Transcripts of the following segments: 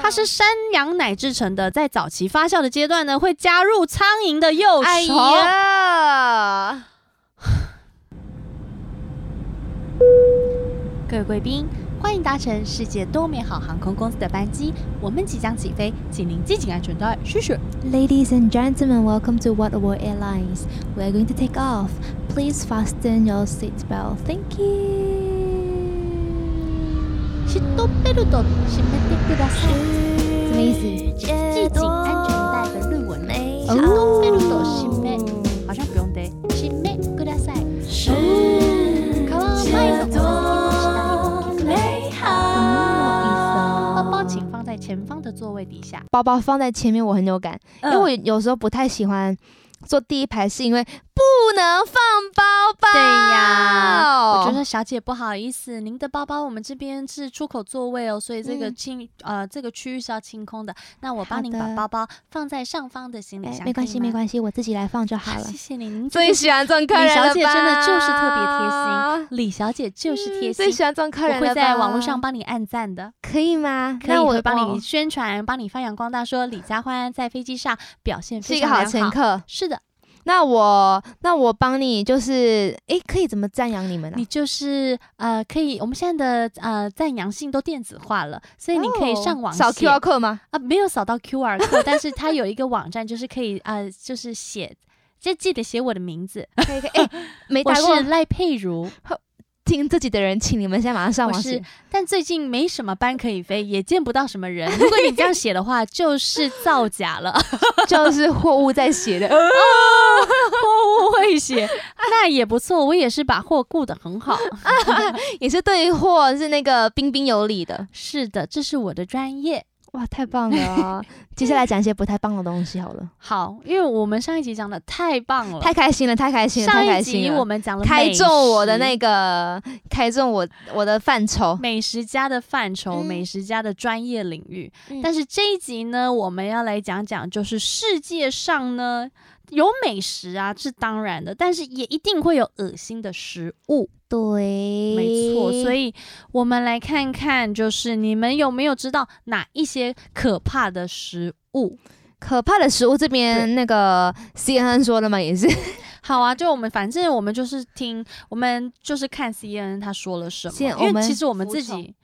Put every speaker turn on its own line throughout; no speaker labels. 它是山羊奶制成的，在早期发酵的阶段呢，会加入苍蝇的幼
哎
虫。
呀，
各位贵宾，欢迎搭乘世界多美好航空公司的班机，我们即将起飞，请您系紧安全带，谢谢。
Ladies and gentlemen, welcome to What World Airlines. We are going to take off. Please fasten your seatbelt. Thank you.
シートベルト締めてください。
什么意思？
系紧安全带的日文。
没
シートベルト締め，好像不用得。締めください。
世界多
美
好
包包请放在前方的座位底下。
包包放在前面，我很有感，因为我有时候不太喜欢坐第一排，是因为不能放包包。
对呀我觉
得
得小姐不好意思，您的包包我们这边是出口座位哦，所以这个
嗯
清、呃这个区域是要清空的。那我帮您
好
把
的哎
包包放在上方的行李箱，
没关系，没关系，我自己来放就
系
好了
谢。谢您，您真
最
的是
喜欢这种客人了
李
吧
小姐真的就是特别贴心，李小姐就是贴
嗯最
心。
喜欢这种客人
我会
了吧
在网络上帮你按赞的，
可以吗？
可以
那我哦
会帮你宣传，帮你发扬光大，说李佳欢在飞机上表现
是
非
一个
常
好
良
乘客。
是的，
那我那我帮你就是，诶，可以怎么赞扬你们呢、啊
你就是呃，可以，我们现在的呃赞扬信都电子化了，所以你可以上网
哦扫
写
QR code 吗？
啊，没有扫到 QR code，但是它有一个网站，就是可以呃，就是写，就记得写我的名字，
可以可以。诶，没
我
打过
是赖佩如，
听自己的人，请你们现在马上上
我
网
是
写。，
但最近没什么班可以飞，也见不到什么人。如果你这样写的话，就是造假 了，
就是货物在写的。
货物会写，那也不错，我也是把货顾得很好。
也是对货是那个彬彬有礼的。
是的，这是我的专业。
哇，太棒 了
哦
啊、接下来讲一些不太棒的东西好了。
好，因为我们上一集讲的太棒了，
太开心了，太开心了，太
上一
开心
集
了！
我们讲了
开
美
中我的
食
那个，开中我我的范畴。
美食家的范畴、
嗯
美食家的专业领域。
嗯
但是这一集呢，我们要来讲讲，就是世界上呢有美食啊，是当然的，但是也一定会有恶心的食物，
对，
没错。所以我们来看看，就是你们有没有知道哪一些可怕的食物？
可怕的食物这边那个 C N N 说了嘛，也是
好啊，就我们反正我们就是听，我们就是看 CNN 他说了什么，
现
因
我
为
们
其实我们
服
自
从
己。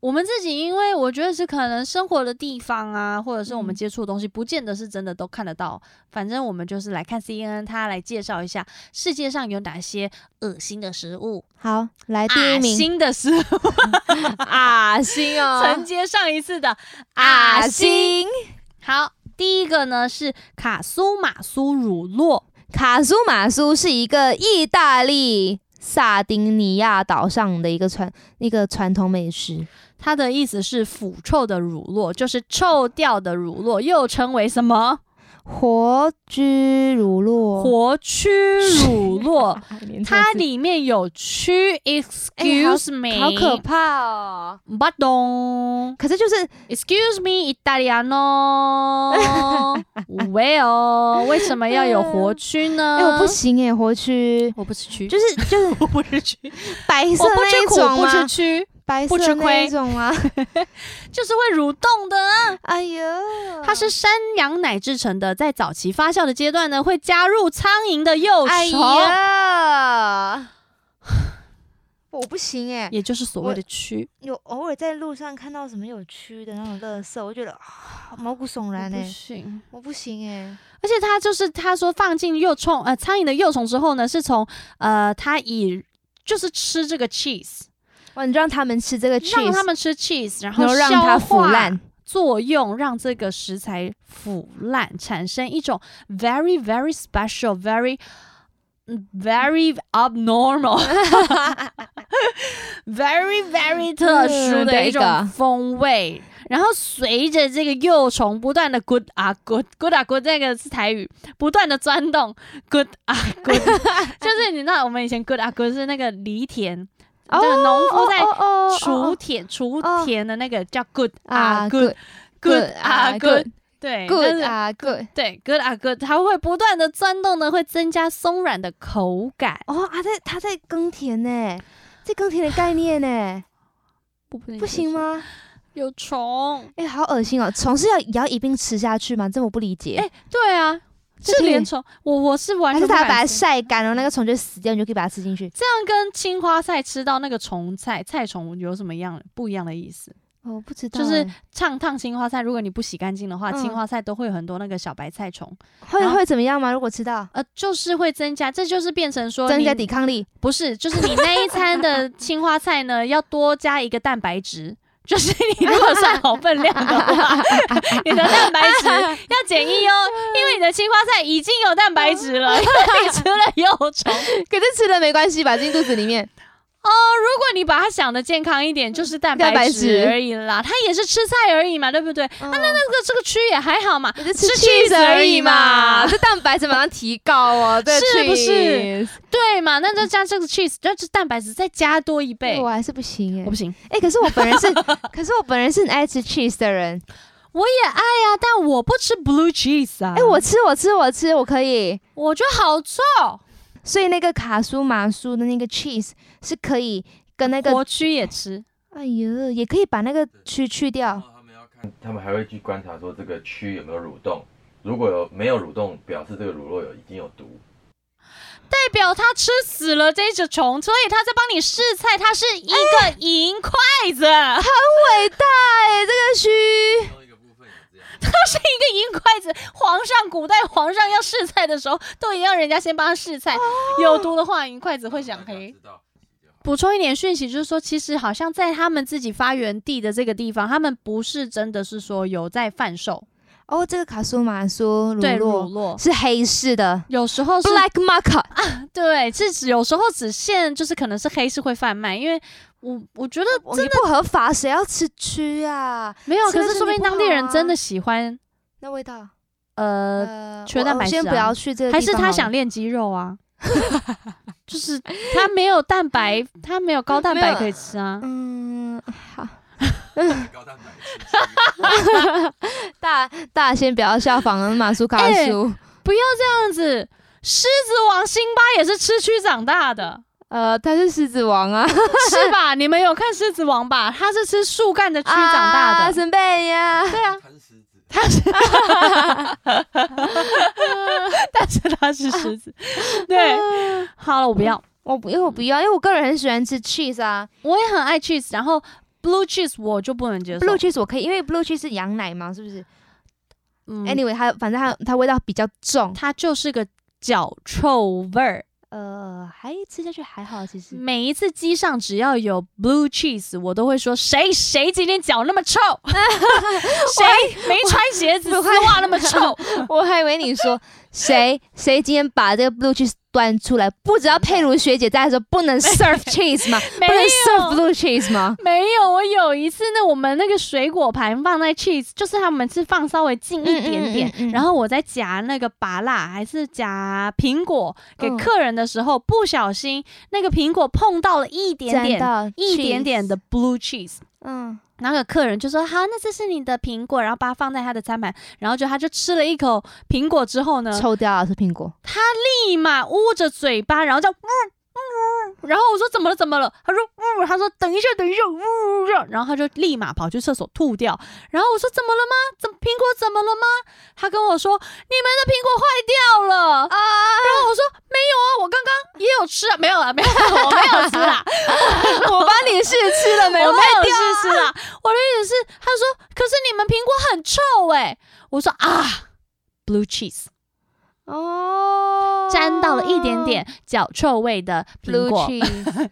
我们自己，因为我觉得是可能生活的地方啊，或者是我们
嗯
接触的东西，不见得是真的都看得到。反正我们就是来看 CNN，他来介绍一下世界上有哪些恶心的食物，
好来第一
恶
名，
心的食物，
啊心
承，接上一次的
啊
恶心。
心
好，第一个呢是卡苏马苏乳酪，
卡苏马苏是一个意大利萨丁尼亚岛上的一个传一个传统美食，
它的意思是腐臭的乳酪，就是臭掉的乳酪，又称为什么
活居乳酪，
活蛆乳酪？它
它里
里面有蛆，excuse me，
哎好可怕哦。
不懂
可是就是
，excuse me，意大利 no，well，为什么要有活蛆呢？
哎、我不，行哎、活蛆
我不吃蛆，
就是就是
我不吃蛆，
白色
我不
那
吃
一
苦，
种
不
吗？
吃蛆，
白
不
色
吃
那
亏
一种吗？
就是会蠕动的啊。
哎呀，
它是山羊奶制成的，在早期发酵的阶段呢，会加入苍蝇的幼
哎
虫。
呀， 我不行哎、
也就是所谓的蛆。
有偶尔在路上看到什么有蛆的那种垃圾，我觉得啊毛骨悚然哎、
不行，
我不行哎、
而且它就是他说放进幼虫呃苍蝇的幼虫之后呢，是从呃它以就是吃这个 cheese，
哇，你让他们吃这个 cheese，
让他们吃 cheese，然
然后
后
让它
消
腐
化
烂，
作用，让这个食材腐烂，产生一种 very very special very。Very abnormal, very very 特殊的一种
嗯对的
风味。然后随着这个幼虫不断的 good 啊 good good 啊 good 这个是台语，不断的钻动 good 啊 good，就是你知道我们以前 good 啊 good 是那个犁田，
哦
那个农夫在
哦
锄田锄
哦
田的那个叫 good 啊
啊
good
good
good 啊 good 对
good
但是
啊 good
对 good 啊 good，它会不断的钻动呢，会增加松软的口感。
哦，啊，在欸他在耕田呢、这耕田的概念呢、
不
欸不行？吗？
有虫。
哎、好恶心哦！虫是要也要一并吃下去吗？这我不理解。
哎、对啊，
这
是
听
连虫，我我是完
还
全不
是它把它
敢吃。
晒干，然后那个虫就死掉，你就可以把它吃进去。
这样跟青花菜吃到那个虫菜菜虫有什么样不一样的意思？
哦，我不知道
就
哎，
是烫烫青花菜，如果你不洗干净的话，
嗯
青花菜都会有很多那个小白菜虫，
会
然后
会怎么样吗？如果吃到
呃，就是会增加，这就是变成说
增加
你
抵抗力，
不是，就是你那一餐的青花菜呢，要多加一个蛋白质。 就是你如果算好分量的 话，你的蛋白质要减一哦，因为你的青花菜已经有蛋白质 了，因为你吃了幼虫。
可是吃了没关系吧，进肚子里 面。
如果你把它想的健康一点，就是蛋
蛋
白
白
质
质
而已啦，它也是吃菜而已嘛，对不对？
啊，那
这
那
个这个区也还好嘛，
也是
吃
嗯吃
cheese
cheese
而
而
已
已
嘛
嘛，这蛋白质马上提高 哦，这
是不是
cheese？
对嘛？那就加这个 cheese，就是蛋白质再加多一倍
我。还是不行
我
哎
不、行，
哎、可是我本人 是，可是我本人是很爱吃 cheese 的人。
我也爱啊，但我不吃 blue cheese 啊。
哎、我吃，我吃，我吃，我可以。
我觉得好臭，
所以那个卡苏马苏的那个 cheese 是可以跟那个，
我区也吃。
哎呦，也可以把那个去去掉。
他们要看，他们还会去观察说这个蛆有没有蠕动，如果有没有蠕动，表示这个乳酪有已经有毒。
代表他吃死了这只虫，所以他在帮你试菜，它是一个银筷子，它
伟大哎、这个须。
一个部分也这样。
是 一个银筷子。皇上古代皇上要试菜的时候，都也要人家先帮他试菜，有毒的话银筷子会想黑。补充一点讯息，就是说，其实好像在他们自己发源地的这个地方，他们不是真的是说有在贩售
哦，这个卡苏马苏乳
对乳
酪
酪，
是黑市的
有时候是
，Black Market。
啊对，是指有时候只限就是可能是黑市会贩卖，因为我我 觉得
你不合法，谁要吃蛆啊？
没有，
吃
可
了
是
身
说不
体
定
不
当地
好
人真
啊
的喜欢
那味道，
呃
呃
缺
我
蛋白
我先
质
不
啊
要呃去这个地
还
方
是他
好了
想练肌肉 啊？就是他没有蛋白，他没有高蛋
嗯没
白
有
可以吃啊。
嗯， 好，
高蛋白
大大家先不要效仿马苏卡
哎
苏，
这样子，狮子王辛巴也是吃蛆长大 的，
呃，他是狮子王啊，
是吧？你们有看狮子王吧？他是吃树干的蛆长大
啊，
的。
准备呀，
对啊，
贪食子，
他是，但是 他是狮 子。对，
嗯
好了，我不要，
我不，因为我不要，因为我个人很喜欢吃 cheese 啊
我也很爱 cheese，然后 blue cheese 我就不能接受。
，blue cheese 我可以，因为 blue cheese 是羊奶嘛，是不是
嗯
？Anyway，它反正它它味道比较重，
它就是个脚臭味儿。
呃，还吃下去还好，其实。
每一次机上只要有 blue cheese，我都会说谁谁今天脚那么臭， 谁没穿鞋子
我
丝袜那么臭，
我还以为你说谁谁今天把这个 blue cheese 端出来，不只要佩如学姐在的时候 不能 serve cheese 吗？不
没
能
有
serve blue cheese 吗？
没有。我有一次呢，我们那个水果盘放在 cheese，就是他们是放稍微近一点点，
嗯嗯嗯嗯嗯
然后我在夹那个拔辣还是夹苹果给
嗯
客人的时候，不小心那个苹果碰到了一点
沾
点
到
一点
cheese
点的，blue cheese。
嗯，
那个客人就说：“好，那这是你的苹果。”然后把它放在他的餐盘，然后就他就吃了一口苹果之后呢，
抽掉了是苹 果，
立马捂着嘴巴，然后叫呜呜。然后我说：“怎么了？怎么了？”他说：“呜。”他说：“等一下，等一下，呜。”然后他就立马跑去厕所吐掉。然后我说：“怎么了吗？怎么苹果怎么了吗？”他跟我说：“你们的苹果坏掉了。”
啊，
然后我说：“没有啊，我刚刚也有吃啊，没有啊，没有啊，我没有吃啊。”
我帮你试吃了没
我
有？啊
没有试吃啦。我的意思是，他说，可是你们苹果很臭哎、我说啊，blue cheese
哦
沾到了一点点脚臭味的苹
blue
果。
cheese。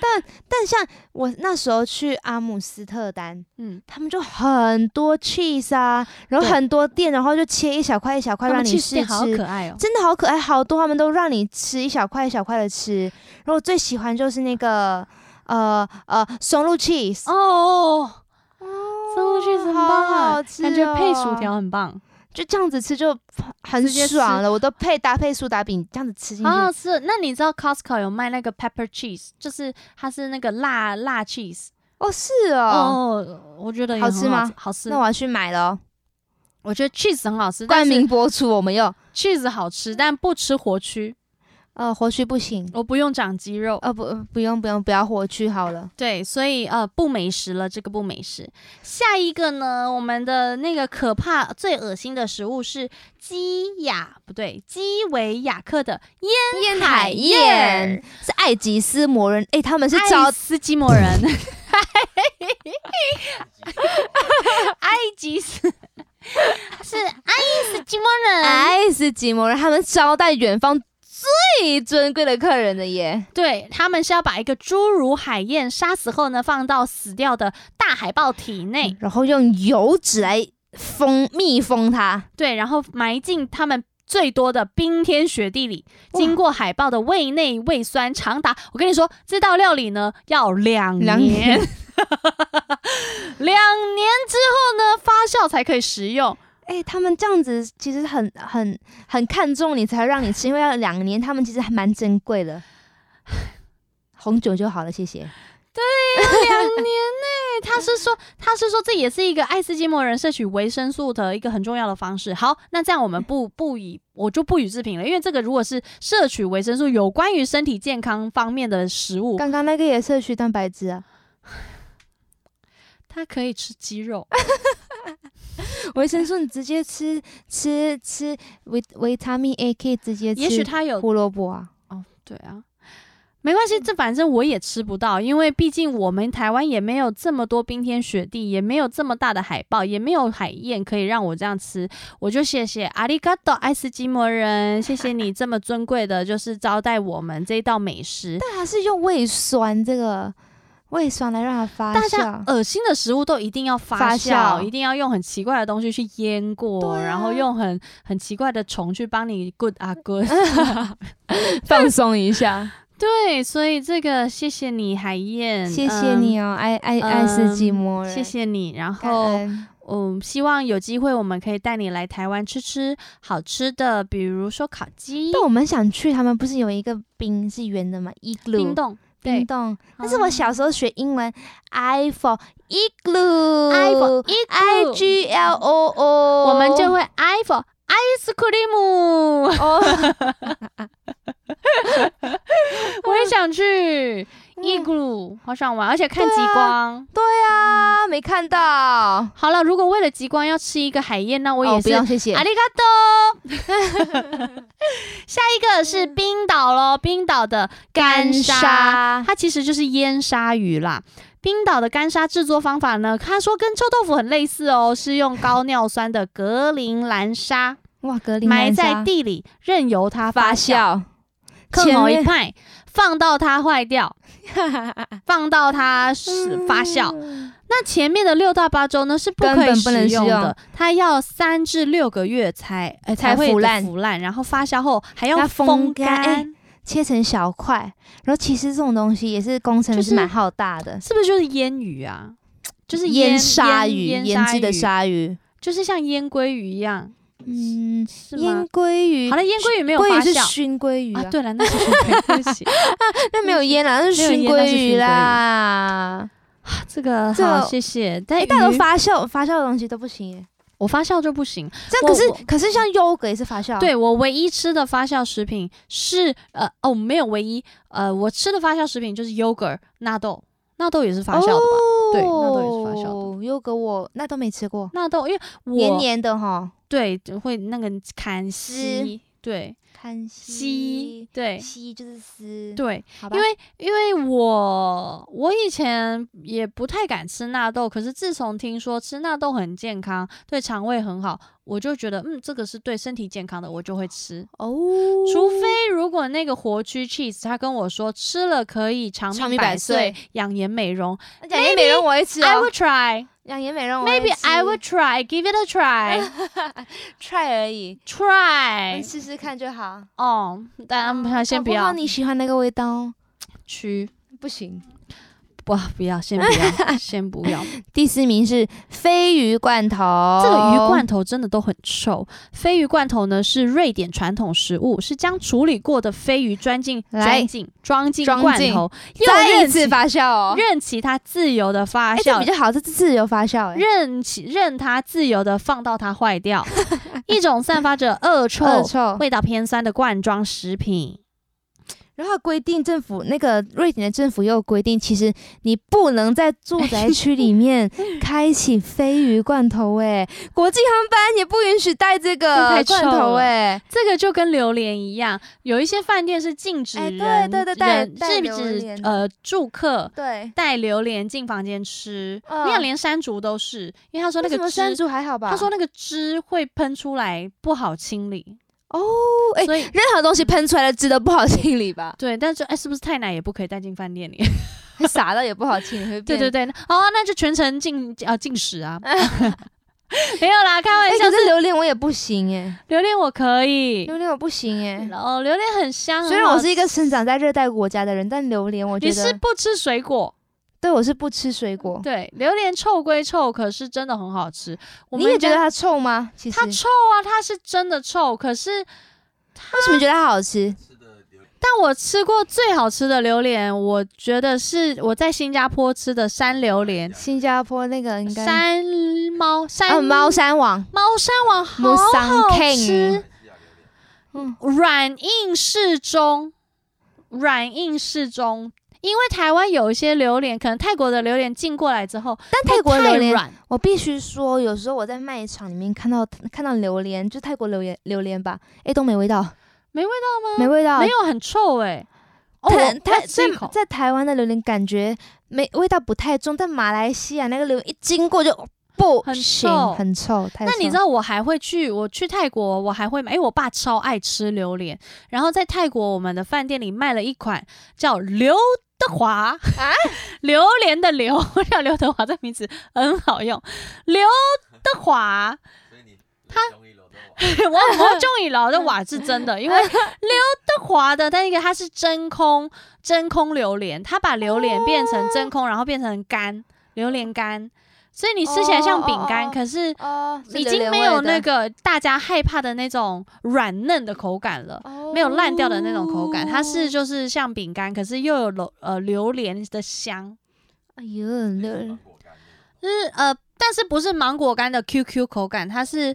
但但像我那时候去阿姆斯特丹，
嗯，
他们就很多 cheese 啊，然后
对
很多店，然后就切一小块一小块
他
让
们
你
cheese
试
店好
吃，
可爱哦、
真的好可爱，好多他们都让你吃一小块一小块的吃。然后我最喜欢就是那个呃呃松露 cheese，
哦，
哦，
松露 cheese 很棒啊
好好吃、哦
感觉配薯，条很棒，
就这样子吃就很
直接吃
爽了。我都配搭配苏打饼这样子吃进去，
好好吃。哦那你知道 Costco 有卖那个 pepper cheese，就是它是那个辣辣 cheese
哦是哦，
哦，我觉得也
好吃
很
吗
好好吃
那，我要去买了哦。
我觉得 cheese 很好吃，但
冠
是
名播出我们又
cheese 好吃，但不吃活蛆。
呃，活蛆不行。
我不用长肌肉。
呃，不，不用，不用，不要活蛆好了。
哦对，所以呃不美食了，这个不美食。下一个呢，我们的那个可怕、最恶心的食物是基亚，不对，基维雅克的
烟
海
燕是爱吉斯摩人，哎、他们是
爱
招
斯基摩人， 埃及斯是爱斯基摩人。
爱斯基摩人，他们招待远方最尊贵的客人的耶。
对他们是要把一个侏儒海燕杀死后呢，放到死掉的大海豹体内，
然后用油脂来封密封它，
对，然后埋进他们最多的冰天雪地里，
哇
经过海豹的胃内胃酸长达，我跟你说，这道料理呢要两
两
年。两年之后呢，发酵才可以食用。
哎、他们这样子其实很很很看重你，才让你吃，因为要两年，他们其实还蛮珍贵 的。红酒就好了，谢谢。
哎两年呢、 他是说，他是说这也是一个爱斯基摩人摄取维生素的一个很重要的方式。好，那这样我们不不以我就不予置评了，因为这个如果是摄取维生素有关于身体健康方面的食物，
刚刚那个也摄取蛋白质啊，
它可以吃鸡肉，
维生素你直接吃吃吃维维他命 A 可以直接吃，
也许它有
胡萝卜啊。
哦，对啊。没关系，这反正我也吃不到，因为毕竟我们台湾也没有这么多冰天雪地，也没有这么大的海豹，也没有海燕可以让我这样吃。我就谢谢阿里嘎多爱斯基摩人，谢谢你这么尊贵的，就是招待我们这一道美食。
但它是用胃酸这个胃酸来让它发
大家
酵，
恶心的食物都一定要发
发酵
一定要用很奇怪的东西去腌过，
对啊
然后用很很奇怪的虫去帮你 good 啊 good。
放松一下。
对，所以这个谢谢你海燕，
谢谢你
嗯
哦，爱爱爱斯基
嗯
摩人，
谢谢你。然
感
后，
恩。
嗯，希望有机会我们可以带你来台湾吃吃好吃的，比如说烤鸡、
但我们想去，他们不是有一个冰是圆的吗？igloo
冰冻，对哦
冰冻。嗯但是我小时候学英文
i
，i for
p h o
igloo，i
n e
g l o o，
我们就会 i p h o n e ice cream，
哦，
我也想去
嗯
igloo，好想玩，而且看
对
极
啊
光。
对啊，没看到。
好了，如果为了极光要吃一个海燕，那我
哦
也
不
是
用谢谢
阿。里嘎多。 下一个是冰岛喽，冰岛的干沙，它其实就是腌鲨鱼啦。冰岛的干沙制作方法呢，他说跟臭豆腐很类似哦，是用高尿酸的格陵兰沙
哇，格陵
埋
兰
在
沙
地里，任由它
发
发酵，
酵，
克某一
前面啊
派，放到它坏掉，放到它 是发酵。那前面的六到八周呢是不可
嗯根
以
本不能
食用
食用哎
的，它要三至六个月才呃才会
腐烂
腐烂，然后发酵后还
要
要
风
风哎
干切成小块。然后其实这种东西也是工程
就
也
是
是蛮浩大的，
是不是就是腌鱼啊？就是
腌鲨鱼，
腌
腌制的
鲨鱼，
鲨鱼，
就是像腌鲑鱼一样，
嗯，
是吗
腌？鲑鱼
好。了，腌鲑鱼没有
鲑
发
鱼是
酵
熏鲑鱼
啊，对了，那是熏鲑鱼对不起
那没有腌啦，那是
没有
熏
腌那是
鲑
熏
鱼
鲑鱼
啦。
这个
这
好，谢谢。但
哎，但有
鱼
发酵发酵的东西都不行耶。
我发酵就不行，
这样
我
可
我
是可是像优格也是发酵，啊
对我唯一吃的发酵食品是呃哦没有唯一呃我吃的发酵食品就是 yogurt 纳豆，纳豆也是发酵的吧？
哦
对纳豆也是发酵的。
优格我那都没吃过，
纳豆因为我
黏黏的哈。
对会那个砍丝，对
看
吸
西
对
西就是丝，
对，
好吧，
因为因为我我以前也不太敢吃纳豆，可是自从听说吃纳豆很健康，对肠胃很好，我就觉得嗯这个是对身体健康的，我就会吃。
哦，
除非如果那个活蛆 cheese，他跟我说吃了可以长命
长命
百
百
岁
岁、
养颜美容
养颜美容我会吃
，I
哦
would，try,
养颜美容我会
maybe I
吃
would try, give it a try,
try 而已，
try。
试试看就好。
哦，但
哎嗯
先
搞
不
好
要
你喜欢那个味道哦，
蛆，
不行。
不不要，先不要， 先不要。
第四名是鲱鱼罐头，
这个鱼罐头真的都很臭。鲱鱼罐头呢是瑞典传统食物，是将处理过的鲱鱼钻进
来
钻进装进
装
罐
进
头，又
再一
任
次
其
发酵哦，
任其它自由的发
哎，这
酵
比，较好，这是自由发酵，哎，
任其任它自由的放到它坏 掉，一种散发着恶臭、
恶臭，
味道偏酸的罐装食品。
然后规定政府那个瑞典的政府又有规定，其实你不能在住宅区里面开启鲱鱼罐头，哎， 国际航班也不允许带这
这
个
太
罐
臭
头，
了
哎，
这个就跟榴莲一样，有一些饭店是禁止
哎对
人，
对对带
人
带
是
榴
指
莲
呃住客
对，
带榴莲进房间吃，
嗯
你看连山竹都是，因为他说那
为什
个
么山
汁，
竹还好吧？
他说那个汁会喷出来，不好清理，
哦，哎，
所以。？
任何东西喷出来的汁都不好清理 吧
对，但是哎，是不是太奶也不可以带进饭 店里？
撒了也不好清理，会
对
变
对对，哦，那就全程禁啊禁食 啊，没有啦，开玩
哎、
笑。
可是榴莲我也不行哎，
榴莲我可以，
榴莲我不行哎。
然后榴莲很香。
虽
很
然
嗯好
我是一个生长在热带国家的人，但榴莲我觉
你
得哦
是嗯不吃水果，
对我是不吃水果。
对，榴莲臭归臭，可是真的很好吃。我
你
们
也觉
家
得它臭吗？其实
它臭啊，它是真的臭，可是
为什么觉得它好吃？
但我吃过最好吃的榴莲，我觉得是我在新加坡吃的山榴莲，
新加坡那个应该
山猫山、
啊猫山王，
猫山王好
Musang
好
King
吃，
嗯，
软硬适中，软硬适中。因为台湾有一些榴莲，可能泰国的榴莲进过来之后，
但
它
泰国
太
榴莲，
软
我必须说，有时候我在卖场里面看到看到榴莲，就泰国榴莲榴莲吧，哎都没味道，
没味
道吗？没味道，
没有很臭哎、哦，
哦它
我我
它
吃一
在
口，
在台湾的榴莲感觉没味道不太重，但马来西亚那个榴莲一经过就不
很
行，
臭
很臭。太
那你
臭
知道我还会去，我去泰国，我还会买，因为我爸超爱吃榴莲。然后在泰国，我们的饭店里卖了一款叫刘德华啊， 榴莲的刘，我想刘德华这名字很好用，刘德华。
他
我我中意
嗯
了，这瓦是真的，因为刘德华的那个它是真空真空榴莲，他把榴莲变成真空，然后变成干榴莲干，所以你吃起来像饼
哦哦
干，
哦
可是
哦，是
已
榴
经
莲
没有
味的
那个大家害怕的那种软嫩的口感了。没有烂掉的那种口感，它是
哦
就是像饼干，可是又有榴呃榴莲的香，
哎呦，榴
就是呃，但是不是芒果干的 QQ 口感，它是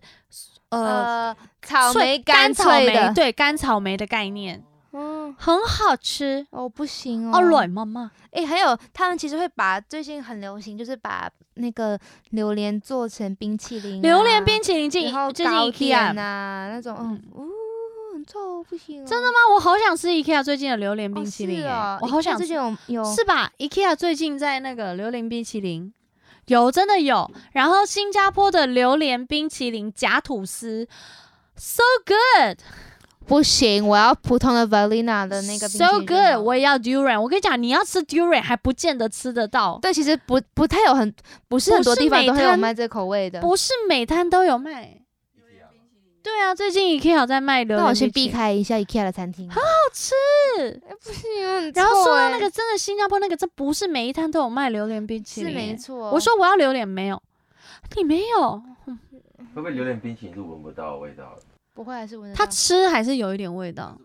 呃
呃草
脆
莓
干草
脆
莓，
的，
对干草莓的概念，
嗯，
很好吃。
哦不行哦，
哦，软妈妈，
哎，还有他们其实会把最近很流行，就是把那个榴莲做成冰淇淋啊，
榴莲冰淇淋进
然后
进
糕
IKEA
点
吗？
呐那种，嗯，呜，很臭，不行哦，真的
我好想吃 IKEA 最近的榴莲冰淇淋
是
耶，
哦
我
你
好
看
想
最近
吃，
有有
是吧？IKEA 最近在那个榴莲冰淇淋。有真的有，然后新加坡的榴莲冰淇淋夹吐司，so good，
不行，我要普通的 Valina 的那个冰淇
so
淋就好
good，我也要 durian。我跟你讲，你要吃 durian 还不见得吃得到，
对，其实不不太有很，不是很
不
多
是
地方
每
都会有
摊
卖这口味的。
不是每摊都有卖。对啊，最近 IKEA 在卖榴
那我
莲
先
冰淇淋，
避开一下 IKEA 的餐厅。好
是
吃啊，
然后说到那个，真的新加坡那个，这不是每一摊都有卖榴莲冰淇
是
淋，
没。错。
我说我要榴莲，没有，你没有，
会不会榴莲冰淇淋是闻不到的味道的？
不会，还是闻得
它
到
吃还是有一点味道。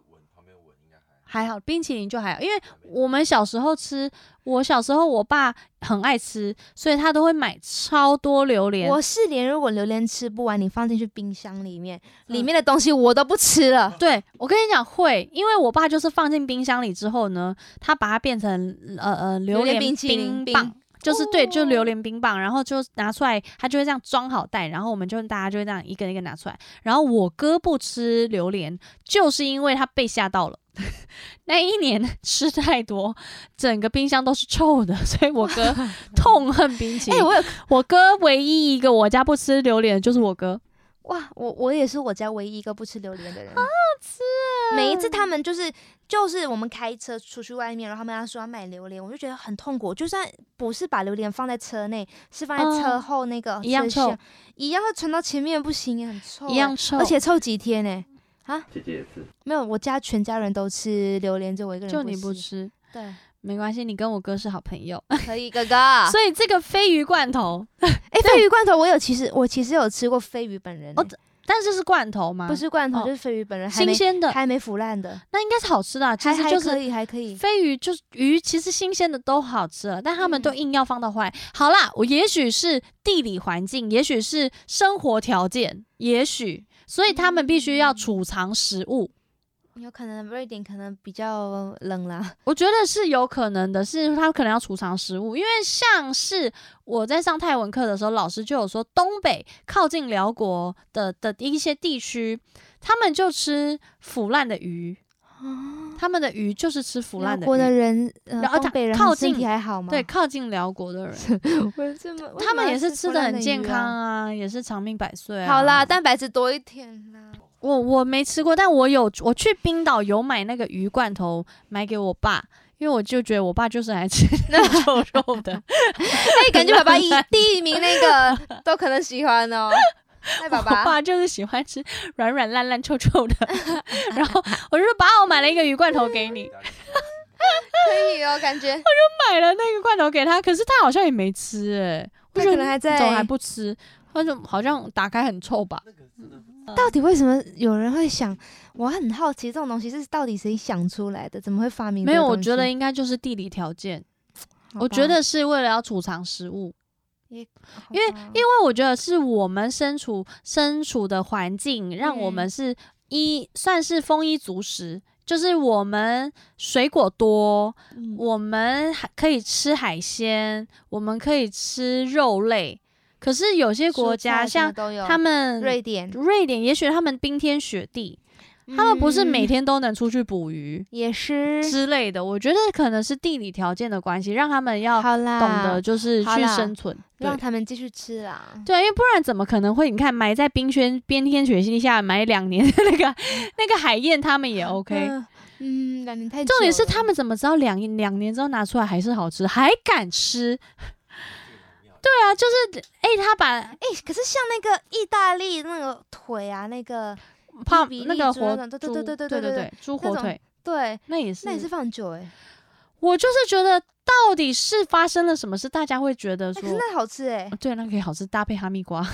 还好，冰淇淋就还好，因为我们小时候吃，我小时候我爸很爱吃，所以他都会买超多榴莲。
我是连如果榴莲吃不完，你放进去冰箱里面，里面的东西我都不吃了。
对我跟你讲会，因为我爸就是放进冰箱里之后呢，他把它变成呃呃榴
莲
莲
冰淇淋冰
棒，就是对，就
哦
榴莲冰棒，然后就拿出来，他就会这样装好袋，然后我们就大家就会这样一个一个拿出来。然后我哥不吃榴莲，就是因为他被吓到了。 那一年 吃太多，整个冰箱都是臭的，所以我 哥痛恨冰淇
哎、
淋。
我有
我哥唯一一个我家不吃榴莲的就是我哥，
哇，我我也是我家唯一一个不吃榴莲的人，好好
啊
吃。每一次他们就是就是我们开车出去外面，然后他们要说要买榴莲，我就觉得很痛苦。就算不是把榴莲放在车内，是放在车
嗯
后那个、
一样臭，
一样会传到前面，不行，也很臭欸，
一样臭，
而且臭几天呢、
姐姐也是，
没有，我家全家人都吃榴莲，就我一个人
就你不
不。
吃。
对，
没关系，你跟我哥是好朋友，
可以 哥哥。哎、
所以这个鲱鱼罐头，
欸鲱鱼罐头我有，其实我其实有吃过鲱鱼本人欸、
哦但是是罐头吗？
不是罐头，
哦
就是鲱鱼本人，还
新
没
鲜的，
还没腐烂的，
那应该是好吃的啊、其
还
实
还
就是
可以，还可以。
鲱鱼，就是鱼，其实新鲜的都好吃了，但他们都
嗯
硬要放到坏。好啦，我也许是地理环境，也许是
嗯
生活条件，也许，所以他们必须要储藏食物。
有可能瑞典可能比较冷 啦，
我觉得是有可能的，是他可能要储藏食物，因为像是我在上泰文课的时候，老师就有说，东北靠近辽国的的一些地区，他们就吃腐烂的鱼，他们的鱼就是吃腐烂
辽
的
国的
鱼。
人，呃
然后
东
它
北人
靠
他身
近
体还好吗？
对，，靠近辽国的人，
为什么为什
他
么
们
要
也是吃
吃
的
的
很健康啊，也是长命百岁、啊。
好啦，，蛋白质多一点 啦。
我我没吃过，但我有我去冰岛有买那个鱼罐头，买给我爸，因为我就觉得我爸就是来吃那种瘦肉 的。
哎，感觉爸爸一第一名那个都可能喜 欢哦。赖爸
我
爸，
爸 就是喜欢吃软软烂烂臭臭 的，然后我就说爸，我买了一个鱼罐头给 你，
可以哦，感 觉
买了那个罐头给他，可是他好像也没吃哎、我
他
觉
可
得
能还
怎么还
在。
不吃？他就好像打开很臭吧？
到底为什么有人会想？我很好奇，这种东西是到底谁想出来的？怎么会发明这
没有，
个东西？
我觉得应该就是地理条件，
好吧，
我觉得是为了要储藏食物，
因为因为
因为我觉得是我们身处身处的环境，让我
嗯
们是一、算是丰衣足食，就是我们水果多，
嗯
我们还可以吃海鲜，我们可以吃肉类。可是有些国家像
都有
他们
瑞典，
瑞典，也许他们冰天雪地，他们不是每
嗯
天都能出去捕鱼
也是
之类的。我觉得可能是地理条件的关系，让他们要
好啦，
懂得就是
好
去
啦
生存。对
让他们继续吃啦。
对，因为不然怎么可能会？你看埋在冰轩边天雪地下埋两年的那个那个海燕，他们也 OK。
嗯嗯，两年太
重点是
久了
他们怎么知道两两年之后拿出来还是好吃，还敢吃？ 对啊，就是哎、他把
哎、可是像那个意大利那个腿啊，那个
胖
比
那
例
个
猪
火
那种对
猪
对对
对
对对对
对猪火
那种
腿
对，
那也是，
那也是放很久哎、欸，
我就是觉得到底是发生了什么事，大家会觉得
哎
说
可是。那好吃哎、
呃对，那个也好吃，搭配哈密瓜，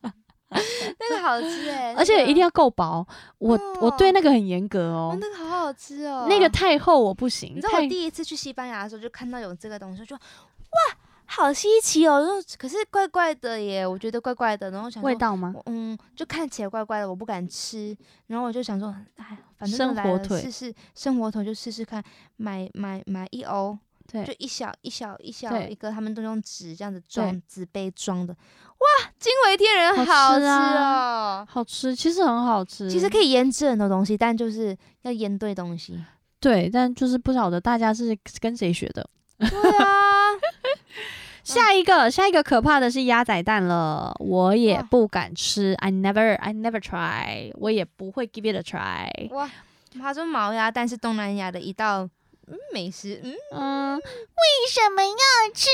那个好吃哎、
而且一定
要、
要够薄。我、我对那个很严格
哦
哦，，
那个好好吃哦。
那个太厚我不行。
你知道
太
我第一次去西班牙的时候就看到有这个东西，我就哇，好稀奇哦。然后可是怪怪的耶，我觉得怪怪的，然后想
味
说。
道吗？
我嗯，就看起来怪怪的，我不敢吃。然后我就想说，哎，反正
生
都来
火
了
腿
试试生火腿就试试看，买买买一欧，
对
就一小一小一小
对
一个，他们都用纸这样子
对
装纸杯装的，哇，惊为天人，
好
好
吃
吃
啊嗯
哦！
好吃，其实很好吃。
其实可以腌制很多东西，但就是要腌对东 西。
对，但就是不晓得大家是跟谁学
嗯
的。
对啊，
下一个，下一个可怕的是鸭仔蛋了，我也
哇
不敢吃，I never, I never try，我也不会 give it a try。
哇，他说毛鸭蛋是东南亚的一道嗯美食，嗯，
嗯，
为什么要吃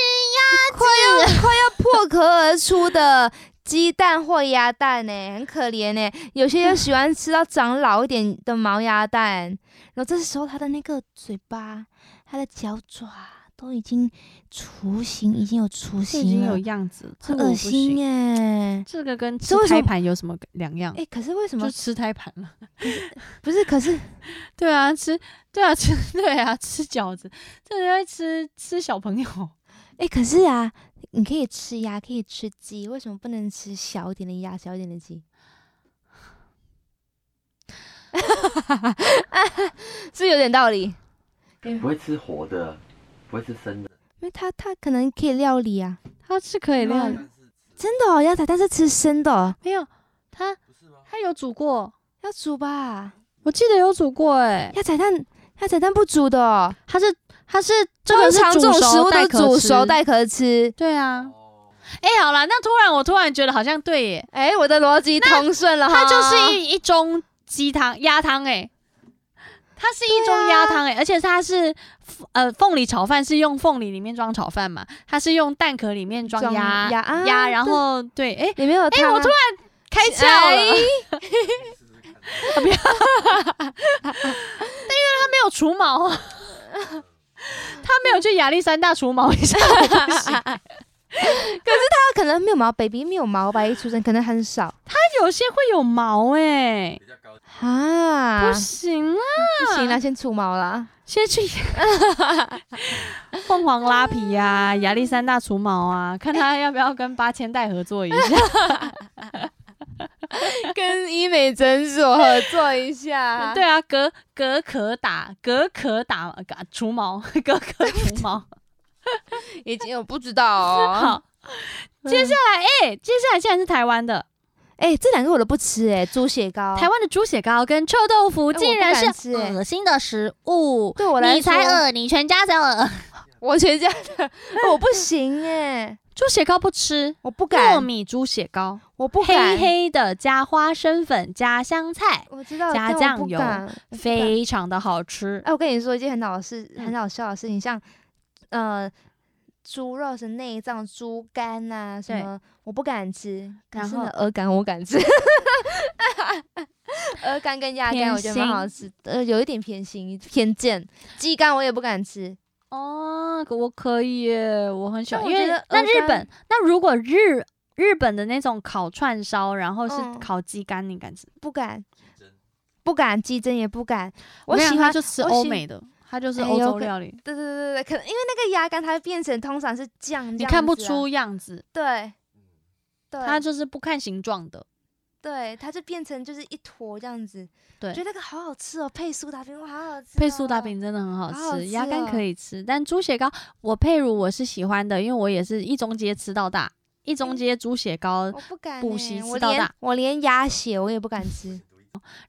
快要快要破壳而出的鸡蛋或鸭蛋呢、很可怜呢、有些又喜欢吃到长老一点的毛鸭蛋，然后这时候它的那个嘴巴、它的脚爪都已经雏形，已经有雏
这已经
形
有
了，
样子，这
很
个我
恶
不
心
行。
哎、
这个跟吃
这为什
胎
么
盘有什么两样
哎、？可是为什么
就？吃胎盘了。
不是，可是
对啊，吃，对啊，吃， 对啊，吃饺子，这人在吃吃小朋友。
哎、可是啊，你可以吃鸭，可以吃鸡，为什么不能吃小一点的鸭，小一点的鸡？ 是不是有点道理？
不会吃活的，不会吃生的，
因为它它可能可以料理啊，
他是可以料理，
嗯真的哦，鸭仔，但是吃生的、哦、
没有他，他有煮过，
要煮吧？
我记得有煮过哎、
鸭仔蛋，鸭仔蛋不煮的、哦，
它是它是这
通
个是
常这
煮
种食
熟
物
带
都
壳
煮
吃
熟带壳吃。
对啊，哎、好啦，那突然我突然觉得好像对耶，
哎、我的逻辑通顺了哈，
它就是一一盅鸡汤鸭汤哎，它是一盅鸭汤哎，而且它是呃凤梨炒饭是用凤梨里面装炒饭嘛，它是用蛋壳里面装
装
鸭
鸭啊
鸭，然
对
后对哎、
里面有
哎
汤、啊。
我突
然
开窍了，没有除毛 啊。他没有去亚历山大除毛一下，我不行
它可能没有毛，baby 没有毛吧，一出生可能很少
它有些会有毛哎、
啊。
不行啊，
不行啦，先除毛啦。
先 去凤凰拉皮呀、啊，
嗯
亚历山大除毛 啊，看他要不要跟八千代合作一下。
跟医美诊所合作一 下。
对啊，隔隔可打，隔可打打除毛， 隔可除毛。
已经有不知道哦。嗯
好，接下来，哎、接下来竟然是台湾的，
哎、这两个我都不吃哎、猪血糕。
台湾的猪血糕跟臭豆腐
哎我
竟
不
然
敢
是
吃哎
恶心的食物。
对我来说，
你才恶，你全家才恶。
我全家 的哦我不行哎、
猪血糕不吃，
我不
糯
敢，
米猪血糕，
我不敢。
黑黑的，加花生粉，加香菜，
我知道
加
但我
酱
不
油
敢我不敢
非常的好吃。
哎，我跟你说一件很好事、
嗯
很好笑的事情，像呃猪肉是内脏、猪肝呐、什
对
么，我不敢吃。可
然
是
后，
呢鹅肝我敢吃。 鹅肝跟鸭肝
偏
我觉得蛮好吃，呃，有一点偏心偏见。鸡肝我也不敢吃，
哦，可我可以耶，我很喜欢，
但
因
我觉
为
得
那
鹅
日
肝
本，那如果日日本的那种烤串烧，然后是
嗯
烤鸡肝，你敢吃？
不敢，不敢鸡胗也不敢。我
跟你
喜
讲他
欢
就吃
我
欧
喜
美的，他就是
哎
欧
有
洲
可
料理，
对对对对对，可能因为那个鸭肝它会变成通常是酱，这
你
样
看不
子啊
出样子，
对，对，
他就是不看形状的。
对，它就变成就是一坨这样子。
对
我觉得那个好好吃哦，配苏打饼，哇，好好吃、哦
配苏打，饼真的很好吃，
啊好好吃
鸭肝
哦
可以吃，但猪血糕我配乳我是喜欢的，因为我也是一中街吃到大，一中
嗯
街猪血糕，
我不敢、欸，
补习
我
吃到
连
大
我连鸭血我也不敢吃，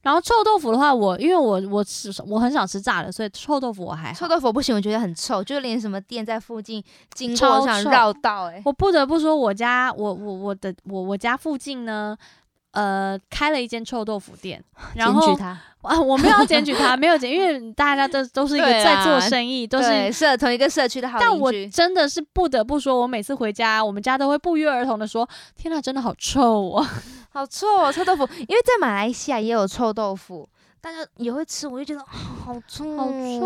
然后臭豆腐的话，我因为我我吃我很少吃炸的，所以臭豆腐我还好
臭。豆腐不行，我觉得很臭，就连什么店在附近经过
超
我想
臭
绕道、欸，哎，
我不得不说，我家我我我的我我家附近呢，呃，开了一间臭豆腐 店，然后
它，
啊，我没有要检举他，没有检，因为大家都都是一个
对
在做
啊
生意，都是
对，社同一个社区的好
但
邻
我
居。
真的是不得不说，我每次回家，我们家都会不约而同的说：“天呐，真的好臭哦
好臭哦，臭豆腐！因为在马来西亚也有臭豆腐，大家也会吃，我就觉得、哦好臭，！”
好臭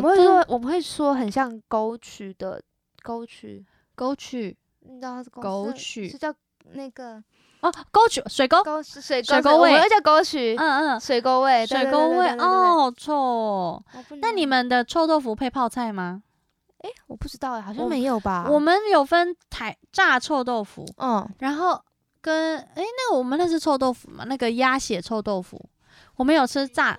哦，
我们会
真
说，我们会说很像沟渠的沟渠，
沟渠
你知道它是
沟
是
渠
是叫那个
哦，沟渠水沟，
沟水
水
沟
沟
我
味
们又叫沟渠，
嗯嗯，
水沟味，对
水沟味，哦，
对嗯
好臭哦。
对对对对对我不
那你
能
们的臭豆腐配泡菜吗？
我不知道哎，好
我
像没有吧？
我们有分台炸臭豆腐，
嗯，
然后跟诶，那个我们那是臭豆腐嘛，那个鸭血臭豆腐，我们有吃炸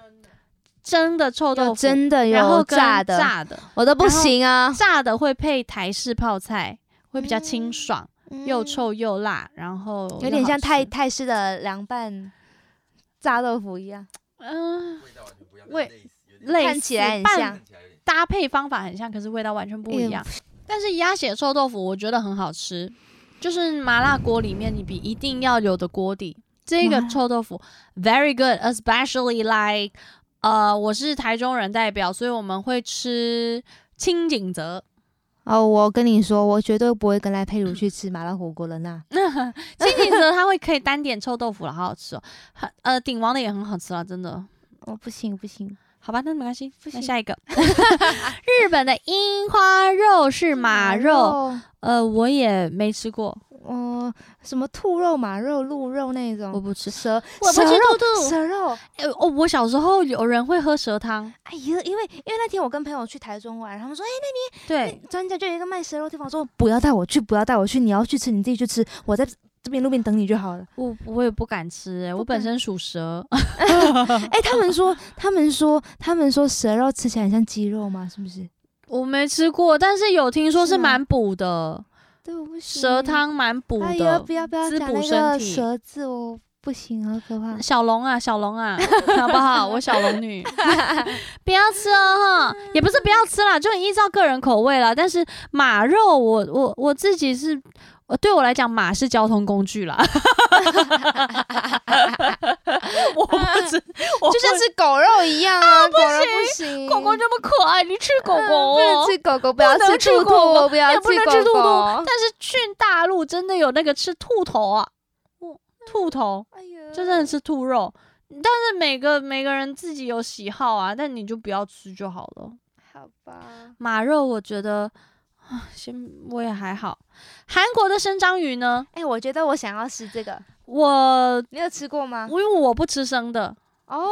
蒸的臭豆
有
腐，
真的
然后
有
跟
炸的，哦
炸的。
我都不
然后
行啊，
炸的会配台式泡菜，会比较清爽，又
嗯，
臭又辣，然后又
有点像
好吃
泰泰式的凉拌炸豆腐一样。
嗯、
味道完全不一样，
味
但类
类似
似有点
看起来很
拌
像
看起来有点
搭配方法很像，可是味道完全不
嗯
一样。但是鸭血臭豆腐我觉得很好吃，就是麻辣锅里面你比一定要有的锅底，这个
麻辣
臭豆腐 very good，especially like 呃，我是台中人代表，所以我们会吃青井泽。
哦，我跟你说，我绝对不会跟赖佩如去吃麻辣火锅了 那。
青井泽它会可以单点臭豆腐了，好好吃哦。很呃，鼎王的也很好吃啊，真的。
我、哦不行不行，
好吧，那没关系，那
行
下一个， 日本的樱花肉是马肉，，呃，我也没吃过，
嗯、什么兔肉、马肉、鹿肉那
我
种，
不吃。
蛇
我不
蛇
吃
肉
兔兔
蛇肉。
哎、哦，我小时候有人会喝蛇汤，
哎呀，因为因为那天我跟朋友去台中玩，然后他们说，哎、
对，
专家就有一个卖蛇肉的地方，我说不要带我去，不要带我去，你要去吃你自己去吃，我在这边路边等你就 好了。
我我也不敢吃、哎，我
不
本
敢
身属蛇，
哎、他们说，他们说，他们说蛇肉吃起来很像鸡肉吗？是不是？
我没吃过，但是有听说
是
是
吗
蛮补的，
对，我不行。
蛇汤蛮补
哎呀，
的
不。要不要
滋
讲
补
那
身
个
体
蛇字，我不行，好可怕。
小龙啊，小龙啊， 好不好？我小龙 女，不要吃哦哈，也不是不要吃啦，就依照个人口味啦。但是马肉我，我我自己是，呃对我来讲，马是交通工具啦。 我不 吃，我
就像
不
吃狗肉一样啊，狗肉不行，嗯
狗狗这么可爱，你吃狗狗、
嗯不能吃狗狗，不要
不能吃
兔
狗狗
兔，不要
也不能吃
狗
兔兔
狗。
但是去大陆真的有那个吃兔头啊，兔头。
哎呀
就真的吃兔肉。但是每个每个人自己有喜好啊，但你就不要吃就好了。
好吧。
马肉我觉得啊，先我也还好。韩国的生章鱼呢，
哎，我觉得我想要吃这个，
我
你有吃过吗
因？为我不吃生的，
哦，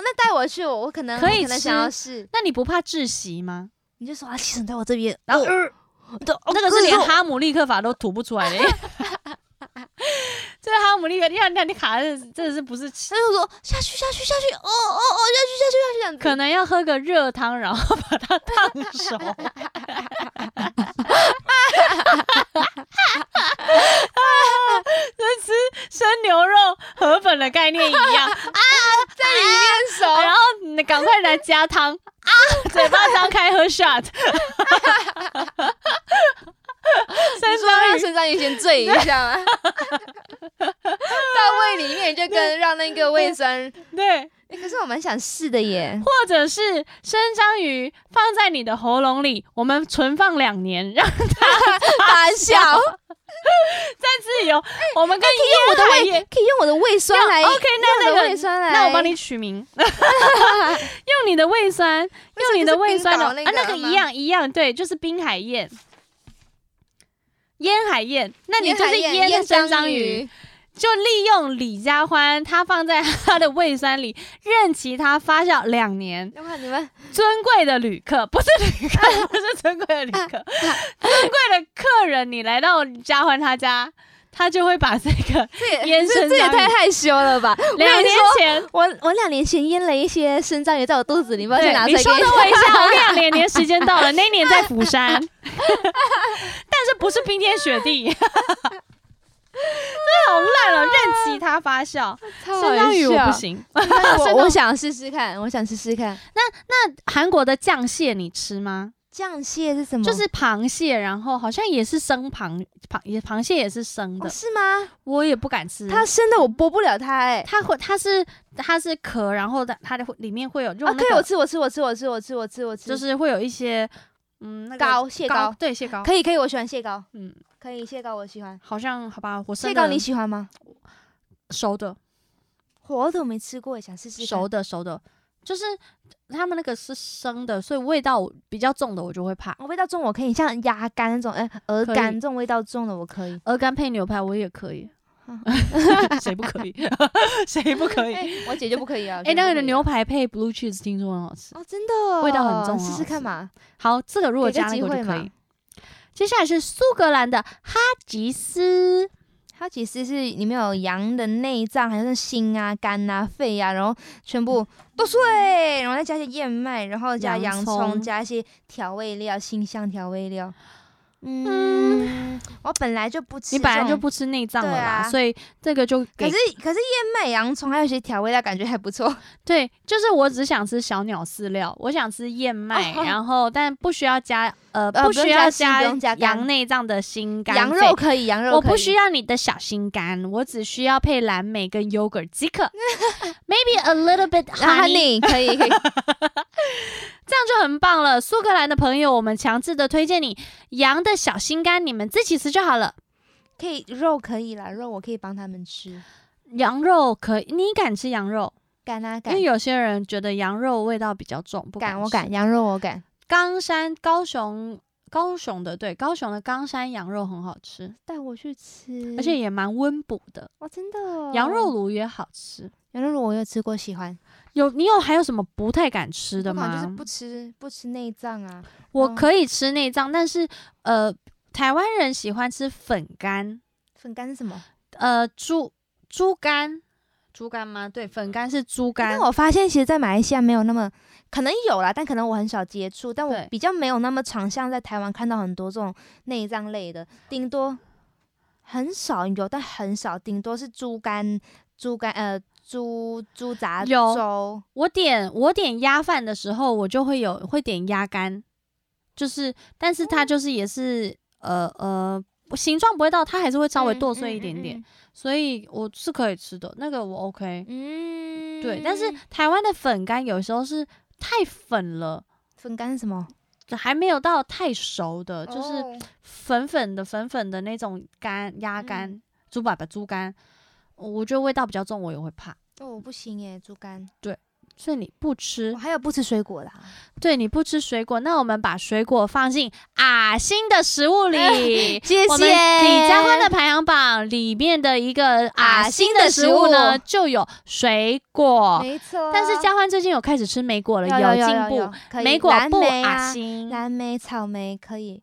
那带我去，我我可能
可以
我能
吃
想要试。
那你不怕窒息吗？呃
你就说啊，先生在我这边，
哦
然后
那个是连哈姆立克法都吐不出来的。这个哈姆立刻，你看，你看，你卡的真的是不是吃
他就说下去下去下去，哦哦哦下去下去下去这样子。
可能要喝个热汤，然后把它烫熟。 跟吃生牛肉河粉的概念一样，
在里面熟，
然后你赶快来加汤啊，嘴巴张开喝 shot。
你
三
说让
张
肾上腺 先醉一下吗？到胃里面就跟让那个胃酸。
对，
欸可是我蛮想试的 耶，
或者是生章鱼放在你的喉咙里，我们存放两年，
哎
让
大笑，
再自由。我们跟
哎我的
烟海
胃
也。
可以用我的胃酸来。
OK，那
用我
那
的胃
个，
酸来，
那我帮你取 名，用你的胃酸，用你的胃酸的
不是冰岛
啊，那
那个
个
吗
一样一样，对，就是滨海燕、烟海燕，那你
腌
就
海
是
燕
腌的
腌
生
章
章鱼，，就利用李佳欢，他放在他的胃酸里，任其它发酵两年，
要看你们
尊贵的旅客，不是旅客， 不是尊贵的旅 客，尊贵的客人，你来到嘉欢他家，他就会把这个
这也
腌
这
生
这也
章鱼
太害羞了吧！我跟
两
你
年
说，
前。
我我两年前腌了一些生章鱼在我肚子里，不知道去
对
拿，出
你
来给
稍
你
等我一下，我跟你 讲，两年时间到了，那一年在釜 山，但是不是冰天雪 地，真的好烂哦，任其它发酵，
超
生章鱼我 不行。
好
生
笑。我
章
我想试试看，我想试试看
韩国的酱蟹你吃吗？
酱蟹是什么？
就是螃蟹，然后好像也是生螃螃也螃蟹也是生
哦
的，
是吗？
我也不敢吃。
它生的我剥不了它哎。
它会，它是它是壳，然后它它的会里面会有
啊，
用
可
那
以，我
个，
吃，我吃，我吃，我吃，我吃，我吃，我吃，
就是会有一些嗯那个
膏蟹膏，
对蟹膏，
可以，可以，我喜欢蟹膏，
嗯，
可以蟹膏，我喜欢
好像好吧，我
蟹
生
膏，
的
你喜欢吗？
熟的
活的我没吃过，想试试看。
熟的熟的，就是他们那个是生的，所以味道比较重的我就会怕。
哦，味道重我可以，像鸭肝那种，哎、鹅
可以
肝这种味道重的我可以。
鹅肝配牛排我也可 以，谁不 可以？谁不可以？哎、
我姐就不可以啊。 哎
那个牛排配 blue cheese 听说很好吃。
哦，真的哦、
味道很重
试
啊
试看嘛。
好，这个如果
给个
加那
机
个我
会
就可
嘛
以。接下来是苏格兰的哈吉斯，
它其实是里面有羊的内脏，还有像心啊、肝啊、肺啊，然后全部剁碎，然后再加一些燕麦，然后加
洋
洋
葱
加一些调味料，辛香调味料。嗯，我本来就不吃，
你本来就。不吃内脏了啦，
对啊
所以这个就
可
给
是可是燕麦、洋葱还有一些调味料，感觉还不 错。
对，就是我只想吃小鸟饲料，我想吃燕麦，
哦
然后但不需要加呃
呃不用
需要
加心不用加肝
羊内脏的心肝，
羊肉可以，羊肉
我
可以
不需要你的小心肝，我只需要配蓝莓跟 yogurt 即可，maybe a little bit
啊
honey，
honey 可以可 以。
这样就很棒了。苏格兰的朋友，我们强制的推荐你羊的小心肝，你们自己吃就好了。
可以肉可以啦，肉我可以帮他们吃，
羊肉可以，你敢吃羊肉？
敢啊
因
敢
为，有些人觉得羊肉味道比较重，不
敢我
吃
敢，羊肉我敢。
冈山高雄高雄的对高雄的冈山羊肉很好吃，
带我去吃，
而且也蛮温补的。
哇真的哦
羊肉炉也好吃。
羊肉炉我有吃过，喜欢
有你有还有什么不太敢吃的
不管
吗？
就是不吃不吃内脏啊，
我可以吃内脏，但是呃，台湾人喜欢吃粉干，
粉干是什么？
呃，猪猪肝，猪肝吗？对，粉干是猪肝
但。我发现其实，在马来西亚没有那么可能有啦，但可能我很少接触，但
对
我比较没有那么常像在台湾看到很多这种内脏类的，顶多很少有，但很少，顶多是猪肝、猪肝呃猪猪杂
有
粥。嗯
我点我点鸭饭的时候，我就会有会点鸭肝，就是，但是
哦
它就是也是、呃呃形状不会到，它还是会稍微
嗯
剁
嗯
碎一
嗯
点点，
嗯
所以我是可以吃的，那个我 OK。
嗯，
对，但是台湾的粉干有时候是太粉了，
粉干是什么？
还没有到太熟的，就是
哦嗯
粉粉的粉粉的那种干鸭肝、猪粑粑、猪肝，我觉得味道比较重，我也会怕。
哦，我不行耶，猪肝。
所以你不吃
我，还有不吃水果的、啊，。
对，你不吃水果，那我们把水果放进啊新的食物里
谢
我们李佳欢的排行榜里面的一个啊
啊
新
新
的
的
食
食
物
物
呢，就有水果。
没错。
但是佳欢最近有开始吃莓果了，
有有有
进
有
步
有。可以
莓果
蓝
不
莓
啊
啊，
新，
蓝莓、草莓可以，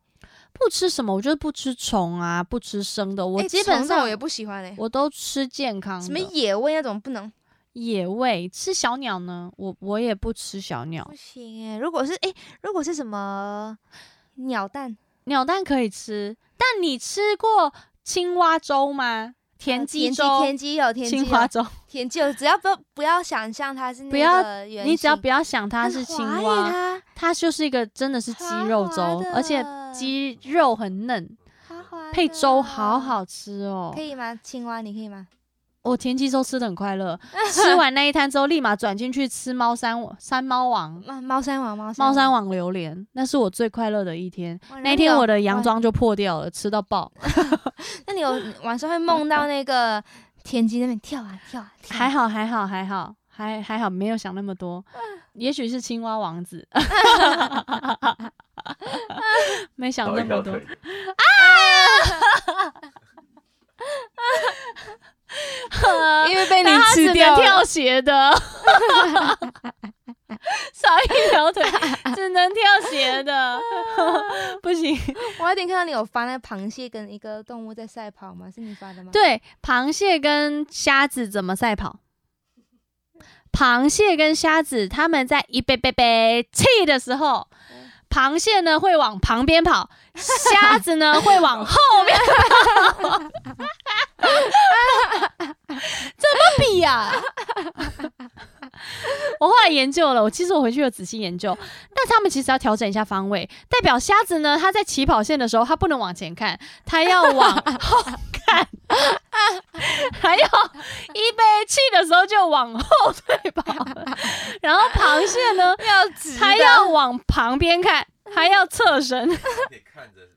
不吃什么，我就是不吃虫啊，不吃生的，我
诶
基
虫
本
这种
上
我也不喜欢嘞、
我都吃健康的。
什么野味那种不能，
野味？吃小鸟呢？我我也不吃小鸟
不，行哎、如果是哎、如果是什么鸟蛋，
鸟蛋可以吃，但你吃过青蛙粥吗？田
呃
鸡粥、
田鸡有田鸡啊
青
有
蛙粥，
田鸡有，只要不要不要想象它是那
不要
个圆
你只要
形
不要想它
很
是青
滑耶欸
蛙，
它
它就是一个真的是鸡
滑
肉
滑
粥，而且
的
鸡肉很嫩，
滑滑
配粥
的
好，好吃哦
可。以吗？青蛙你可以吗？
我田鸡粥吃的很快乐，吃完那一摊之后立马转进去吃猫山王山猫王
猫猫山王，猫
猫山
王，
王榴莲，那是我最快乐的一天。
哇
那一天我的
哇
洋装就破掉了，吃到爆。
那你有晚上会梦到那个田鸡那边跳啊跳啊，跳啊
还好，还好，还好，还还好，没有想那么 多。也许是青蛙王 子，没想
少
那
一
么
条
多
腿。。
啊因为被你
但他只
吃
能
掉了
跳鞋 的，少一条腿，只能跳鞋的， 不行。
我有点看到你有发那个螃蟹跟一个动物在赛跑吗？是你发的吗？，
对，螃蟹跟虾子怎么赛跑？螃蟹跟虾子他们在一杯杯杯气的时候，螃蟹呢会往旁边跑，虾子呢会往后面跑。 怎么比呀、 我后来研究了，我其实我回去有仔细研究，那他们其实要调整一下方位，代表虾子呢，它在起跑线的时候，它不能往前看，它要往后看，还 有一杯气的时候就往后退跑了，然后螃蟹呢，
要直
它要往旁边看，还要侧身，
得看着。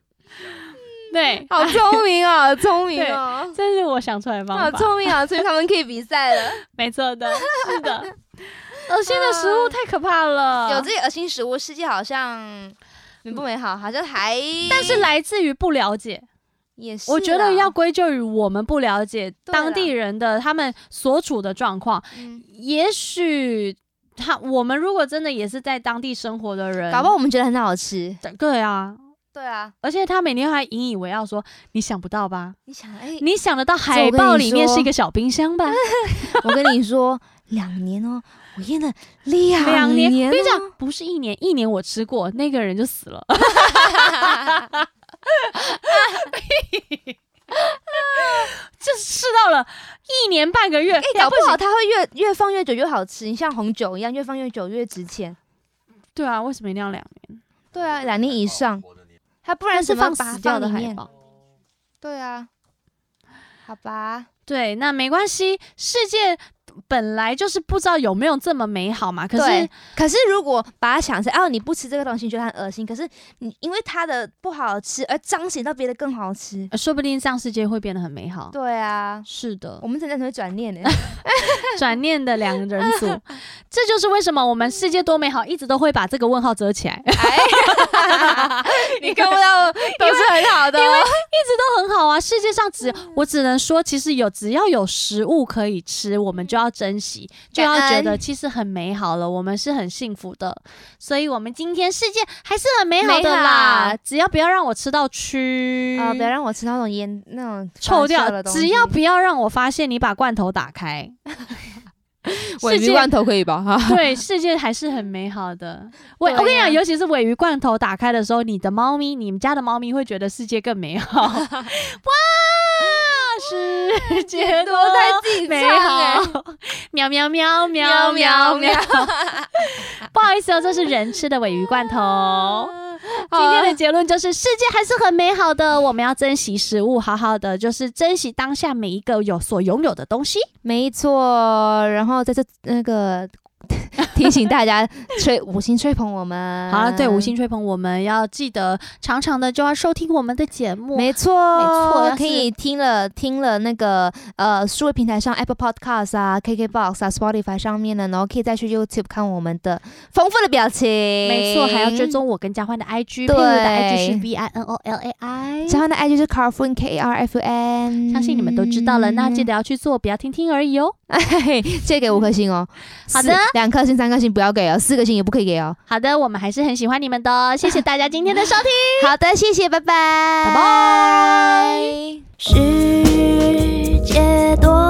对，
好聪明哦，好聪明
对
哦，
这是我想出来的
好
方法，
聪明啊！所以他们可以比赛 了。
没错的，是的。恶心的食物太可怕了，
啊有这些恶心食物，世界好像美不美好，好像还
但是来自于不了解，
也是啦，啊
我觉得要归咎于我们不了解
对
当
啦
地人的他们所处的状况，
嗯
也许他我们如果真的也是在当地生活的人，
搞不好我们觉得很好吃。
对啊，
对啊，
而且他每天还引以为傲说你想不到吧，
你想，哎，
你想得到
这
海
我跟你
报里面
说
是一个小冰箱吧？
我跟你说，两年哦，我验了两
两年，我
年
跟你
哦
讲，不是一年，一年我吃过，那个人就死了。这吃到了 一年半个月，哎、
搞不好它会越越放越久越好吃，你像红酒一样，越放越久越值钱。
对啊，为什么一定要两年？
对啊，两年以上，它不然
是
怎么
放
把它
死掉的
里
海
面
报。
对啊，好吧，
对，那没关系，世界本来就是不知道有没有这么美好嘛。可是
对可是如果把它想成哦，你不吃这个东西你觉得很恶心，可是你因为它的不好吃而彰显到别的更好吃。
呃说不定这样世界会变得很美好。
对啊，
是的
我，们真的很会转念呢。
转念的两人 组，这就是为什么我们世界多美好一直都会把这个问号遮起来，
哎 你看不到都是很好的哦，
都很好啊。世界上
嗯
只我只能说，其实有只要有食物可以吃，我们就要珍惜，就要觉
感
得
恩
其实很美好了，我们是很幸福的。所以，我们今天世界还是很美好的
美
啦
好，
只要不要让我吃到蛆
啊、不要让我吃到那种烟那 种
臭
发酵
掉，
的东
只
西
要不要让我发现你把罐头打 开，
尾
世
鱼
界
罐头可以吧？哈，
对世界还是很美好 的。我、
对
我跟你
呀
讲，尤其是尾鱼罐头打开的时候，你的猫咪，你们家的猫咪会觉得世界更美 好。哇，世界多
在自己
美好！啊喵喵喵喵喵喵！ 不好意思哦，这是人吃的尾鱼罐头。
啊
今天的结论就是，世界还是很美好的，我们要珍惜食物，好好的就是珍惜当下每一个有所拥有的东西。
没错，然后在这那 个提醒大家吹五星吹捧我们。
好了，对五星吹捧，我们要记得常常的就要收听我们的节目。
没错，
没错要
可以听了听了那个呃，数位平台上 Apple Podcast 啊、KKBox 啊、Spotify 上面呢，然后可以再去 YouTube 看我们的丰富的表情。
没错，还要追。踪我跟嘉欢的 IG，佩
对
如的 IG 是 V I N O L A I。
然后呢，IG 是 Carfun K R F U N，
相信你们都知道了，那记得要去做，不要听听而已哦。
嘿嘿，借给五颗星哦。
好
四
的
两颗星、三颗星不要给哦，四颗星也不可以给哦。
好的，我们还是很喜欢你们的哦，谢谢大家今天的收 听。
好的，谢谢，拜拜，
拜
拜。
世界多